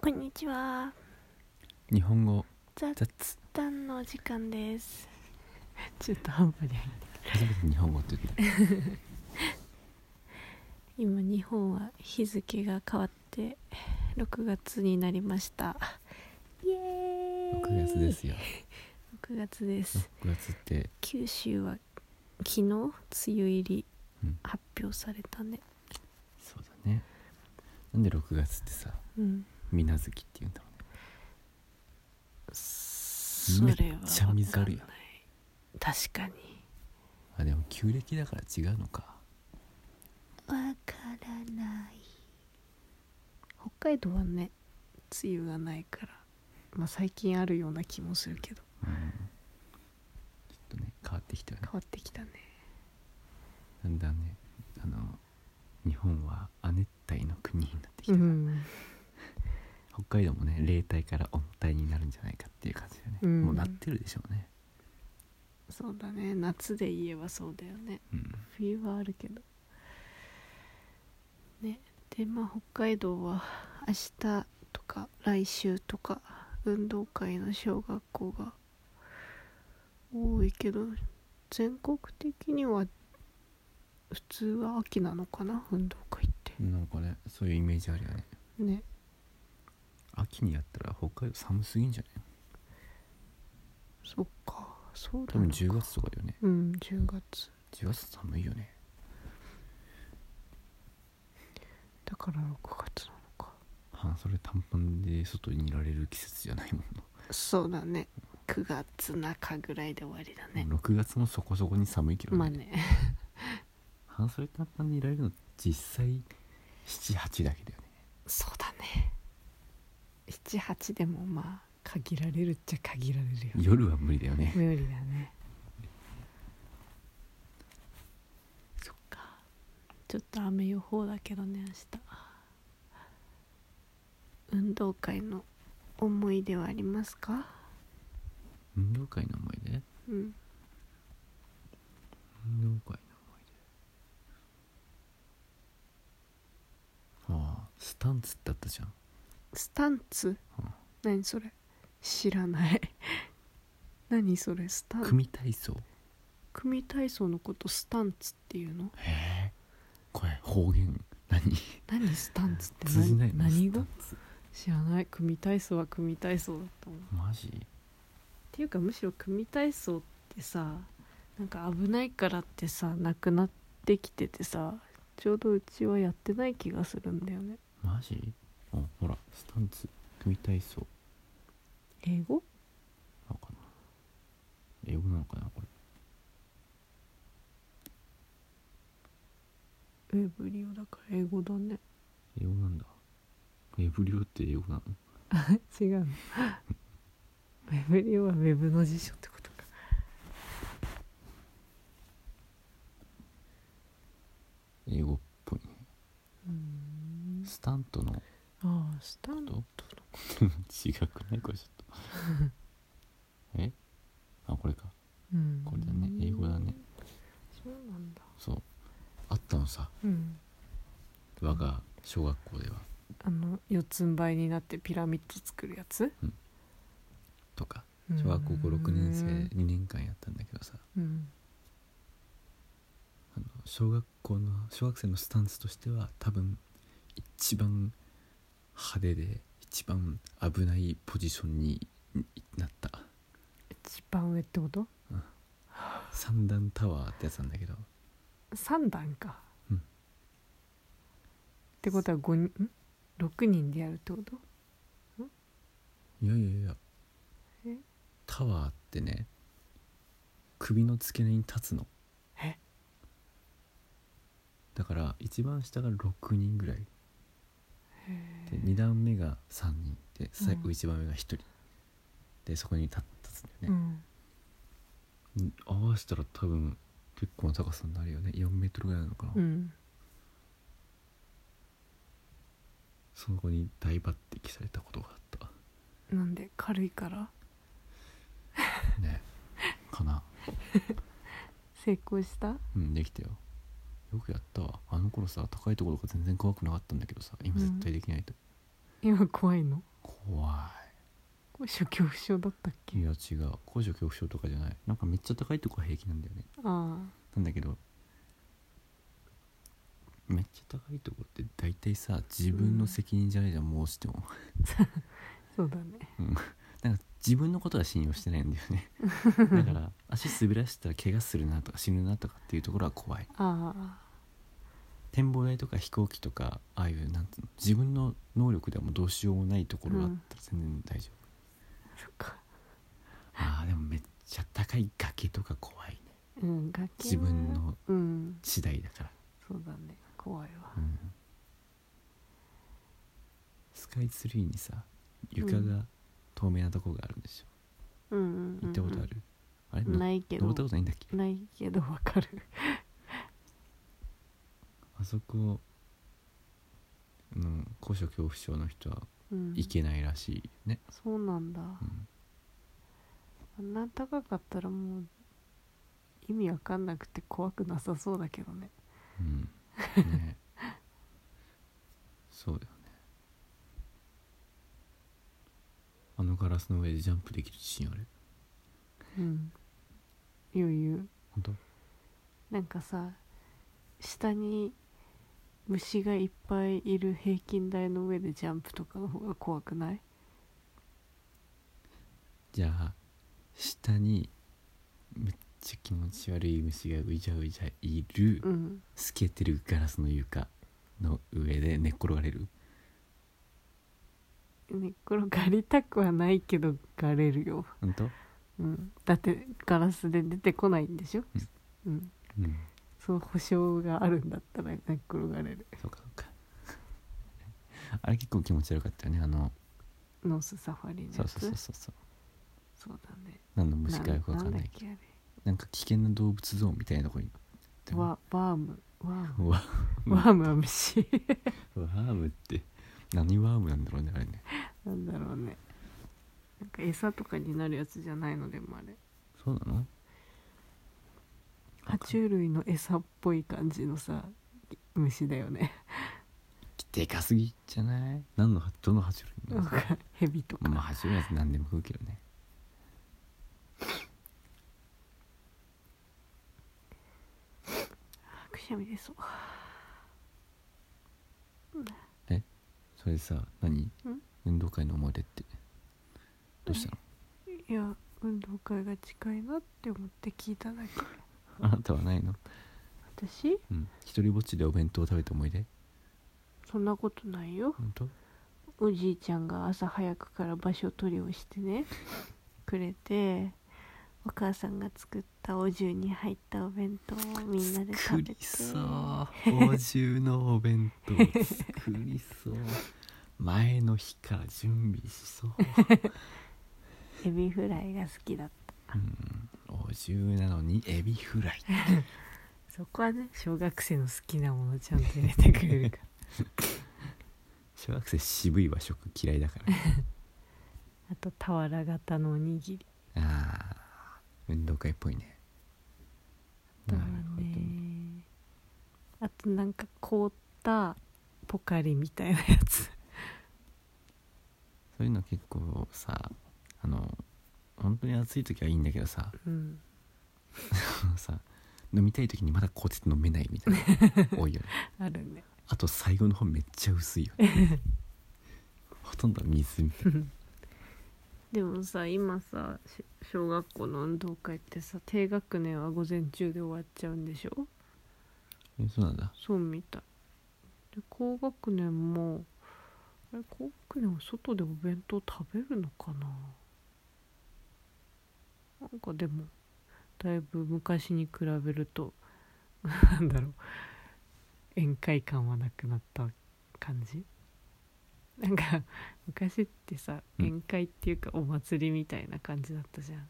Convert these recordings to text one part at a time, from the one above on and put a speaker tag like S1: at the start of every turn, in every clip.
S1: こんにちは
S2: 日本語
S1: 雑
S2: 雑
S1: 談のお時間 です
S3: ちょっと半端ない
S2: 初めて日本語って言った
S1: 今日本は日付が変わって6月になりましたイエーイ
S2: 6月ですよ
S1: 6月です
S2: 6月って
S1: 九州は昨日梅雨入り
S2: うん
S1: 発表されたね
S2: そうだねなんで6月ってさ
S1: うん
S2: 水無月って言うんだろうね
S1: それは
S2: めっちゃ水あるやん
S1: わかんない確かに
S2: あでも旧暦だから違うのか
S1: わからない北海道はね梅雨がないからまあ最近あるような気もするけど
S2: うんちょっとね変わってきたよね
S1: 変わってきたね
S2: だんだんねあの日本は亜熱帯の国になってきた、
S3: うん
S2: 北海道もね冷帯から温帯になるんじゃないかっていう感じだよね、
S3: うん
S2: もうなってるでしょうね
S1: そうだね夏で言えばそうだよね
S2: うん
S1: 冬はあるけどねでまあ北海道は明日とか来週とか運動会の小学校が多いけど全国的には普通は秋なのかな運動会って
S2: なんかねそういうイメージあるよね
S1: ね
S2: 秋にやったら北海道寒すぎんじゃない
S1: そっかそうだ
S2: 多分10月とかだよね
S1: うん10月
S2: 10月寒いよね
S1: だから6月なのか
S2: 半袖短パンで外にいられる季節じゃないもんな、
S1: そうだね9月中ぐらいで終わりだね、
S2: 6月もそこそこに寒いけどね、
S1: まあね
S2: 半袖短パンでいられるの実際78だけだよね
S1: そうだね78でもまあ
S3: 限られるっちゃ限られるよ
S2: 夜は無理だよね
S3: 無理だね
S1: そっかちょっと雨予報だけどね明日運動会の思い出はありますか
S2: 運動会の思い出
S1: うん
S2: 運動会の思い出ああスタンツってあったじゃん
S1: スタンツ
S2: うん
S1: 何それ知らない 何それスタン組
S2: 組体操
S1: 体操のことスタンツっていうの
S2: へえこれ方言何
S3: 何スタンツって
S2: 通じない
S3: 何何
S2: のスタ
S3: 語
S2: ンツ
S3: 知らない組体操は組体操だと思うっ
S2: マジ
S3: ていうかむしろ組体操ってさなんか危ないからってさなくなってきててさちょうどうちはやってない気がするんだよね
S2: マジあほらスタンツ組体操
S3: 英語
S2: なのかな英語なのかなこれ
S3: ウェブリオだから英語だね
S2: 英語なんだエブリオって英語なの
S3: 違うの ウェブリオはウェブの辞書ってことか
S2: 英語っぽいね
S3: うん
S2: スタントのこ
S3: ああスタン
S2: と違くないこれち ょっとえあこれか
S3: うん
S2: これだね英語だね
S3: そうなんだ
S2: そうあったのさ
S3: うん
S2: 我が小学校では
S3: あの四つん這いになってピラミッド作るやつ
S2: とか小学校56年生2年間やったんだけどさ
S3: うん
S2: あの小学校の小学生のスタンスとしては多分一番派手で一番危ないポジションになった
S3: 一番上ってこと
S2: 三段タワーってやつなんだけど
S3: 三段か、
S2: うん
S3: ってことは五人ん六人でやるってこと
S2: いやいやいや
S3: え
S2: タワーってね首の付け根に立つの
S3: え
S2: だから一番下が6人ぐらいで2段目が3人で最後
S3: うん
S2: 一番目が1人、でそこに立立つんだ
S3: う
S2: よね、
S3: ん
S2: 合わせたら多分結構な高さになるよね4メートルぐらいなのかな、
S3: うん
S2: そこに大抜擢されたことがあっ
S3: なんで軽いから
S2: たね かな
S3: 成功した
S2: うんできたよよくやったわあの頃さ高いところが全然怖くなかったんだけどさ今
S3: うん
S2: 絶対できないと、
S3: 今怖いの
S2: 怖
S3: 高所恐怖症だったっけ
S2: いいや違う高所恐怖症とかじゃないなんかめっちゃ高いとこは平気なんだよね
S3: あ
S2: なんだけどめっちゃ高いとこって大体さ自分の責任じゃないじゃん、もうしても
S3: あそうだね
S2: なんか自分のことは信用してないんだ よねだから足滑らしたら怪我するなとか死ぬなとかっていうところは怖い
S3: ああ
S2: 展望台とか飛行機とかああいうなんつうの自分の能力ではもうどうしようもないところだったら全然大丈
S3: そっか
S2: 夫、ああでもめっちゃ高い崖とか怖いね
S3: うん崖は
S2: 自分の
S3: うん
S2: 次第だから、
S3: そうだね怖いわ
S2: うん、スカイツリーにさ床
S3: う
S2: が透明なとこがあるんでし
S3: うんうんうん、
S2: ょ行ったことある、あれの
S3: ないけど
S2: 登ったことないんだっけ
S3: ないけどわかる
S2: あそこの高所恐怖症の人は
S3: うん
S2: 行けないらしいね、
S3: そうなんだ
S2: うん
S3: あんな高かったらもう意味わかんなくて怖くなさそうだけどね
S2: うんね そうだよねあのガラスの上でジャンプできる自信ある
S3: うん余裕
S2: 本当
S3: なんかさ下に虫がいっぱいいる平均台の上でジャンプとかの方が怖くない
S2: じゃあ下にめっちゃ気持ち悪い虫がうじゃうじゃいる
S3: うん
S2: 透けてるガラスの床の上で寝っ転がれる
S3: 寝っ転がりたくはないけどがれるよ、
S2: 本当
S3: うん、だってガラスで出てこないんでしょ
S2: うん、
S3: うん、
S2: うん
S3: その保証があるんだったら寝っ転がれる
S2: そうかそうか あれ結構気持ち悪かったよねあの
S3: ノースサファリのやつ
S2: そうそうそうそうそう
S3: そうだね
S2: 何の虫かよくわかんない
S3: だっけ
S2: けど
S3: あれ
S2: なんか危険な動物ゾーンみたいなとこにでも
S3: ワワームワーム
S2: うわ
S3: ワームは虫
S2: ワームって何ワームなんだろうねあれね
S3: なんだろうねなんか餌とかになるやつじゃないのでもあれ
S2: そうなの
S3: 爬虫類の餌っぽい感じのさ虫だよね
S2: でかすぎじゃない何のどの爬虫類な
S3: なん
S2: の
S3: か蛇とか、
S2: まあ爬虫類やつ何でも食うけどね
S3: くしゃみ出そう
S2: それでさ何運動会の思い出ってどうしたの
S3: いや運動会が近いなって思って聞いただけ
S2: あなたはないの
S3: 私
S2: うん一人ぼっちでお弁当を食べた思い出
S3: そんなことないよ
S2: 本当
S3: おじいちゃんが朝早くから場所取りをしてねくれてお母さんが作ったお重に入ったお弁当をみんなで
S2: 作
S3: 食べ
S2: り
S3: て
S2: そうお重のお弁 当作りそう前の日から準備しそう、
S3: エビフライが好きだった
S2: うん、お重なのにエビフライ
S3: そこはね小学生の好きなものちゃんと入れてくれるから
S2: 小学生渋い和食嫌い だから
S3: あと俵型のおにぎり
S2: あー運動会っぽいね
S3: だ
S2: な
S3: ね
S2: るほど
S3: あとなんか凍ったポカリみたいなやつ
S2: そういうの結構さあの本当に暑い時はいいんだけどさ
S3: うん
S2: あのさ飲みたい時にまだこうやって飲めないみたいな多いよね
S3: あるね
S2: あと最後の方めっちゃ 薄いよねほとんど水みたいな
S3: でもさ今さし小学校の運動会ってさ低学年は午前中で終わっちゃうんでしょ
S2: えそうなんだ
S3: そうみたいで高学年もあれ高学年は外でお弁当食べるのかななんかでもだいぶ昔に比べると なんだろう宴会感はなくなった感じなんか昔ってさ
S2: うん
S3: 宴会っていうかお祭りみたいな感じだったじゃん、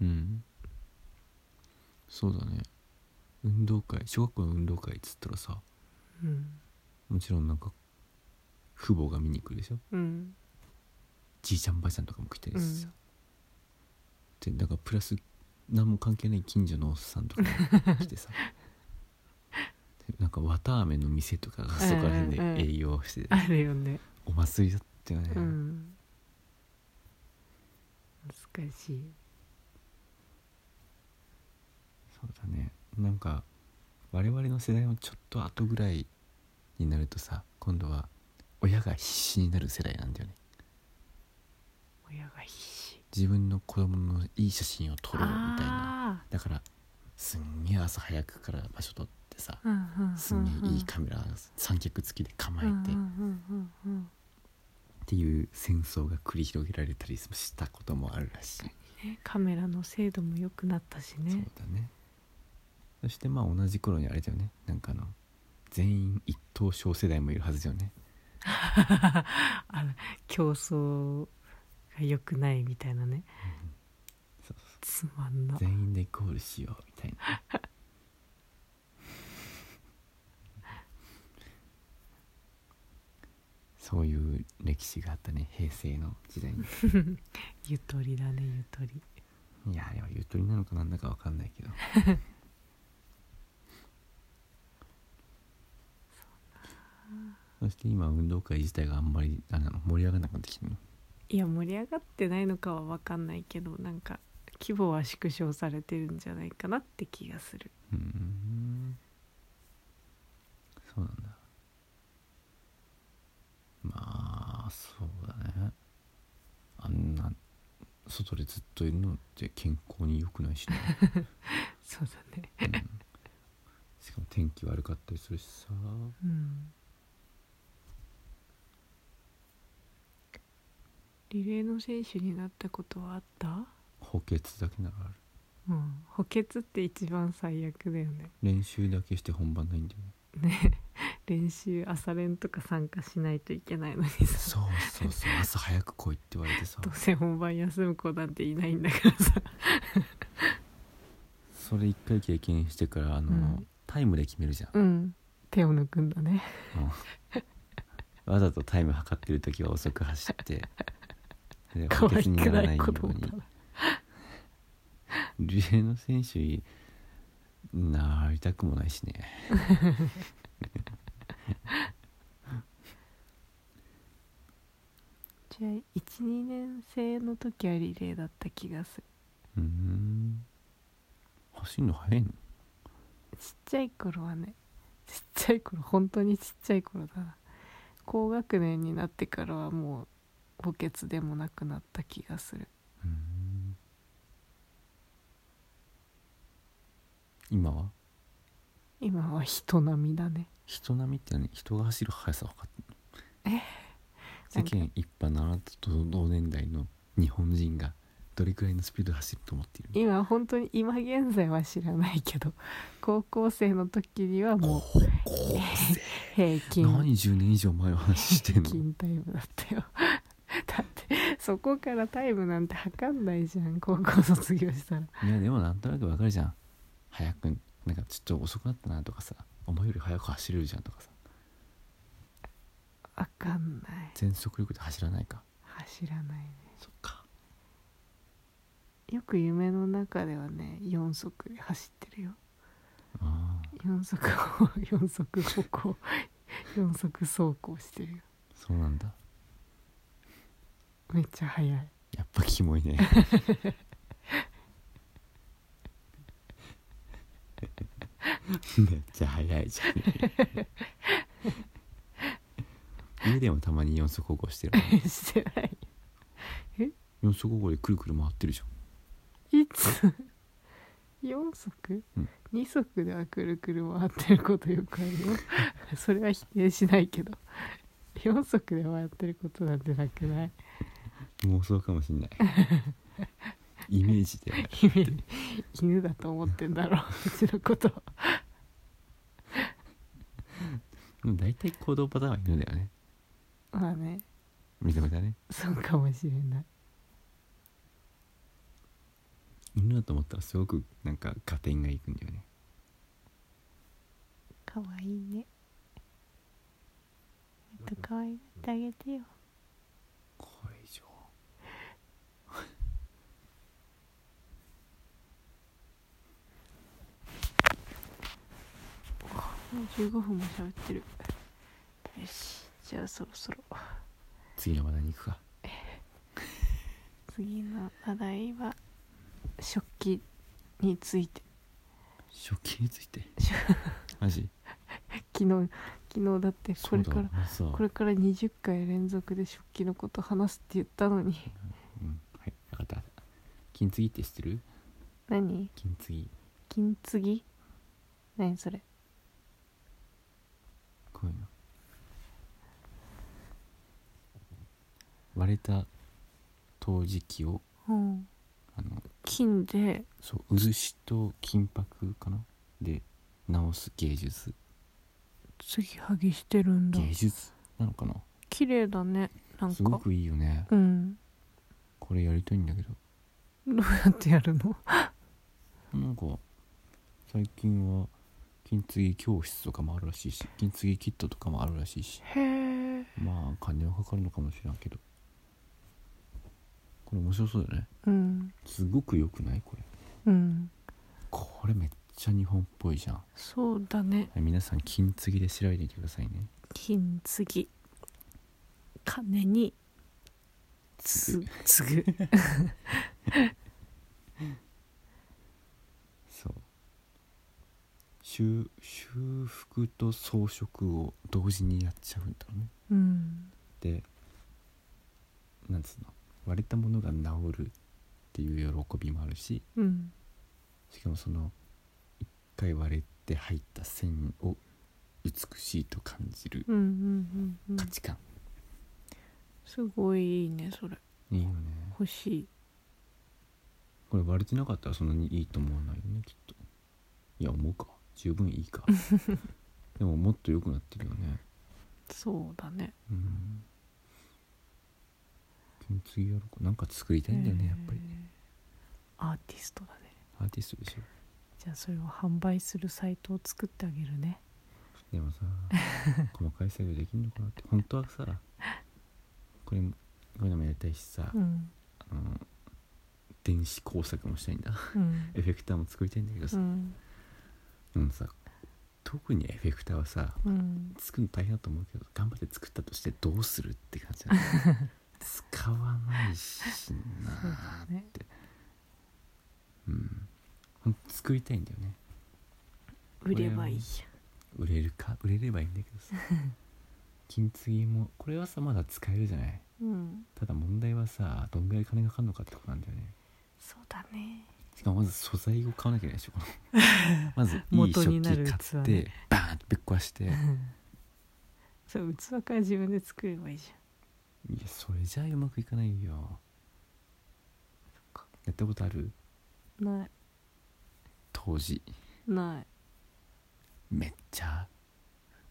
S2: うんそうだね運動会小学校の運動会っつったらさ
S3: うん
S2: もちろんなんか父母が見に来るでしょ
S3: うん
S2: じいちゃんばあちゃんとかも来たり
S3: う
S2: して
S3: ん
S2: さ、でなんかプラス何も関係ない近所のおっさんとかも 来てさでなんか綿あめの店とかがそこら辺で
S3: うんうん
S2: 営業してて
S3: あるよね
S2: お祭りだったよね、
S3: うん難しい
S2: そうだねなんか我々の世代のちょっと後ぐらいになるとさ今度は親が必死になる世代なんだよね
S3: 親が必死
S2: 自分の子供のいい写真を撮ろうみたいな
S3: あ
S2: だからすんげえ朝早くから場所取ってさ
S3: ーうんうん
S2: すんげえいい
S3: 考
S2: カメラ三脚付きで構
S3: え
S2: えて
S3: うんう
S2: っ
S3: んうんうん
S2: ていう戦争が繰り広げられたりしたこともあるらしい、
S3: うんねカメラの精度も良くなったし
S2: そう
S3: ね
S2: だねそしてまあ同じ頃にあれだよねなんかあの全員一等賞世代もいるはずだよね
S3: あの競争が良くないみたいなね
S2: そうそう
S3: つまんな
S2: 全員でゴールしようみ たいなそういう歴史があったね平成の時代に
S3: ゆとりだねゆとり
S2: いやあれはゆとりなのかなんだかわかんない けどそして今運動会自体があんまりあれなの盛り上がらなくなってきてるの
S3: いや盛り上がってないのかは分かんないけどなんか規模は縮小されてるんじゃないかなって気がする
S2: うーんそうなんだまあそうだねあんな外でずっといるのって健康に良くないしね、
S3: そうだね
S2: うん、しかも天気悪かったりするしさ
S3: うんリレーの選手になったことはあった
S2: 補欠だけならある
S3: うん補欠って一番最悪だよね
S2: 練習だけして本番ないんだよね
S3: 練習朝練とか参加しないといけないのにさ
S2: そうそうそう 朝早く来いって言われてさ
S3: どうせ本番休む子なんていないんだからさ
S2: それ一回経験してからあの、
S3: うん
S2: タイムで決めるじゃん
S3: うん手を抜くんだね
S2: わざとタイム測ってる時は遅く 走ってで
S3: 可
S2: 補
S3: 愛
S2: 欠に
S3: くな
S2: ならない
S3: い
S2: よ
S3: 子供
S2: う
S3: だ
S2: に
S3: な
S2: リレーの選手になりたくもないしね
S3: じゃあ12年生の時はリレーだった気がする
S2: うーん走るの早いの
S3: ちっちゃい頃はねちっちゃい頃本当にちっちゃい頃だな高学年になってからはもう補欠でもなくなった気がする
S2: うーん今は
S3: 今は人並みだね
S2: 人並みってね人が走る速さ分かってん
S3: な
S2: の
S3: ん
S2: 世
S3: か
S2: 間一般のあなたと同年代の日本人がどれくらいのスピードで走ると思っているの
S3: 今本当に今現在は知らないけど高校生の時にはもう
S2: 高校生
S3: 平均
S2: 何10年以上前の話して
S3: 平
S2: んの
S3: 均タイムだったよ だってそこからタイムなんて測んないじゃん高校卒業したら
S2: いやでもなんとなくわかるじゃん早くなんかちょっと遅くなったなとかさお前より早く走れるじゃんとかさ
S3: わかんない
S2: 全速力で走らないか
S3: 走らないね
S2: そっか
S3: よく夢の中ではね4足で走ってるよ
S2: ああ
S3: 4足歩4足歩行4足走行してるよ
S2: そうなんだ
S3: めっちゃ速い
S2: やっぱキモいねめっちゃ速いじゃん家でもたまに四足歩行してる
S3: してない
S2: 四足歩行でくるくる回ってるじゃん
S3: いつ4足、
S2: うん
S3: 2足ではくるくる回ってることよくあるよ それは否定しないけど4足で回ってることなんてなくない
S2: 妄想かもしんないイメージで
S3: 犬 犬だと思ってんだろううちのこと
S2: でも大体行動パターンは犬だよね
S3: まあね
S2: 認めたね
S3: そうかもしれない
S2: 犬だと思ったらすごくなんか合点がいくんだよね
S1: かわいいねもっとかわいがってあげてよ
S2: これ以上
S1: もう15分も喋ってるよしじゃあそろそろ
S2: 次の話題に行くか
S3: 次の話題は食器について
S2: 食器について
S3: しょ
S2: マジ
S3: 昨日昨日だってこれから
S2: そうだな
S3: これから20回連続で食器のこと話すって言ったのに
S2: うんはい分かった金継ぎって知ってる
S3: 何
S2: 金継ぎ
S3: 金継ぎ何それ
S2: こういうの割れた陶磁器を
S3: うん
S2: あの
S3: 金で
S2: そう渦しと金箔かなで直す芸術
S3: 継ぎはぎしてるんだ
S2: 芸術なのかな
S3: 綺麗だねなん
S2: すご
S3: か
S2: くいいよね
S3: うん
S2: これやりたいんだけど
S3: どうやってやるの
S2: なんか最近は金継ぎ教室とかもあるらしいし金継ぎキットとかもあるらしいし
S3: へえ
S2: まあ金はかかるのかもしれんけどこれ面白そうだよね
S3: うん
S2: すごく良くないこれ
S3: うん
S2: これめっちゃ日本っぽいじゃんは
S3: そうだね
S2: い皆さん金継ぎで調べてみてくださいね
S3: 金継ぎ金につ継ぐ
S2: そう修修復と装飾を同時にやっちゃうんだろうね
S3: うん
S2: でなんつうの割れたものが治るっていう喜びもあるし
S3: うん
S2: しかもその一回割れて入った線を美しいと感じる
S3: うんうんうんうん
S2: 価値観、
S3: すごいいいねそれ
S2: いいよね
S3: 欲しい
S2: これ割れてなかったらそんなにいいと思わないよねきっといや思うか十分いい かでももっと良くなってるよね
S3: そうだね
S2: うん金継ぎやろうかなんか作りたいんだよねやっぱり
S3: へえアーティストだね
S2: アーティストでしょ
S4: じゃあそれを販売するサイトを作ってあげるね
S2: でもさ 細かい作業できるのかなって本当は さこれもこういうのもやりたいしさ、
S4: うん
S2: あの電子工作もしたいんだ
S4: うん
S2: エフェクターも作りたいんだけど
S3: う
S2: さ、
S3: ん
S2: でもさ特にエフェクターはさ
S3: うん
S2: 作るの大変だと思うけど頑張って作ったとしてどうするって感じなんだよ 使わないし
S4: そう
S2: な
S4: だね
S2: うんほんと作りたいんだよね
S3: 売ればいいや
S2: 売れるか売れればいいんだけ どさ金継ぎもこれはさまだ使えるじゃない
S3: うん
S2: ただ問題はさどんぐらい金がかかるのかってことなんだよね
S3: そうだね
S2: しかもまず素材を買わなきゃいけないでしょこ のまずいい
S4: 元
S2: 食
S4: になる
S2: 器買っ
S4: 器
S2: て、
S4: ね
S2: バーンってぶっ壊していや
S4: そう器から自分で作ればいいじ
S2: それじゃあうまくいかないよ
S3: か
S2: やったことある
S4: ゃんな
S2: 当時
S4: いな
S2: めっちゃ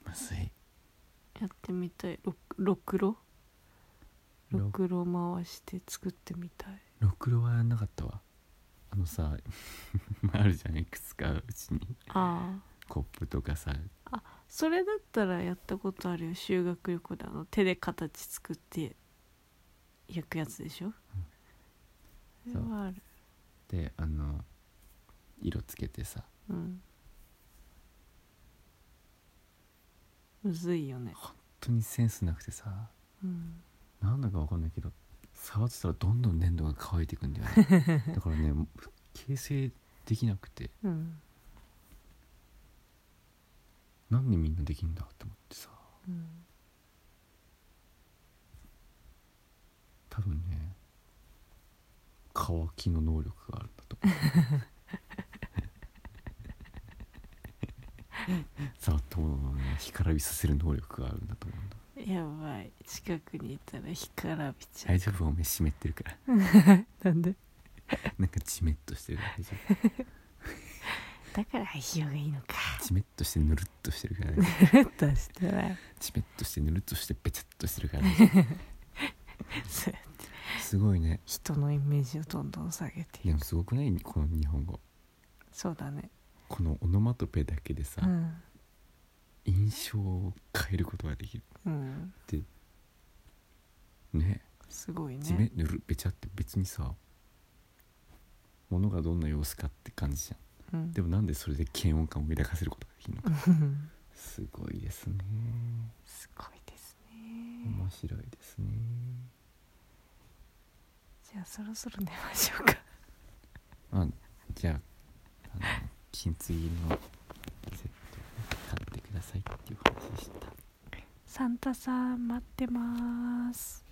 S2: むずい
S3: やってみたいろろくろろ
S2: ろ
S3: くろ回して作ってみたい
S2: ろくろはやんなかったわあのさ まああるじゃんいくつかうちに
S3: あ
S2: コップとかさ
S3: あそれだったらやったことあるよ修学旅行であの手で形作って焼くやつでしょ、
S2: うん
S3: それはある
S2: であの色つけてさ
S3: うんむずいよね、
S2: 本当にセンスなくてさ
S3: うん、
S2: なんだかわかんないけど触ってたらどんどん粘土が乾いていくんだよ ねだからね形成できなくて
S4: うん
S2: なんでみんなできんだって思ってさ
S4: うん
S2: 多分ね乾きの能力があるんだと思 う触ったものをね干からびさせる能力があるんだと思うんだ
S3: やばい近くにいたら干からびちゃう
S2: 大丈夫お目湿ってるから
S4: なんで
S2: なんかジメッとしてる大丈夫
S3: だから費用がいいのか
S2: ジメッとしてぬるっとしてるからね
S4: 出したら
S2: ジメッとしてぬるっとしてべちゃっとしてるから大丈夫
S3: そう
S2: すごいね
S4: 人のイメージをどんどん下げてい
S2: で
S4: く
S2: もすごくないこの日本語
S4: そうだね
S2: このオノマトペだけでさ、
S4: うん
S2: 印象を変えることができる
S4: うん
S2: ね
S4: すごい
S2: 地
S4: ね
S2: 面ぬるべちゃって別にさものがどんな様子かって感じじゃ
S4: うん
S2: んでもなんでそれで嫌悪感を抱かせる
S3: Mm-hmm.
S2: ことができるのか
S4: うん
S2: すごいですね
S3: すごいですね
S2: 面面白いですね
S1: じゃあそろそろ寝ましょうか
S2: まあじゃああの金継ぎのセットを買ってくださいっていう話でした
S1: サンタさん待ってます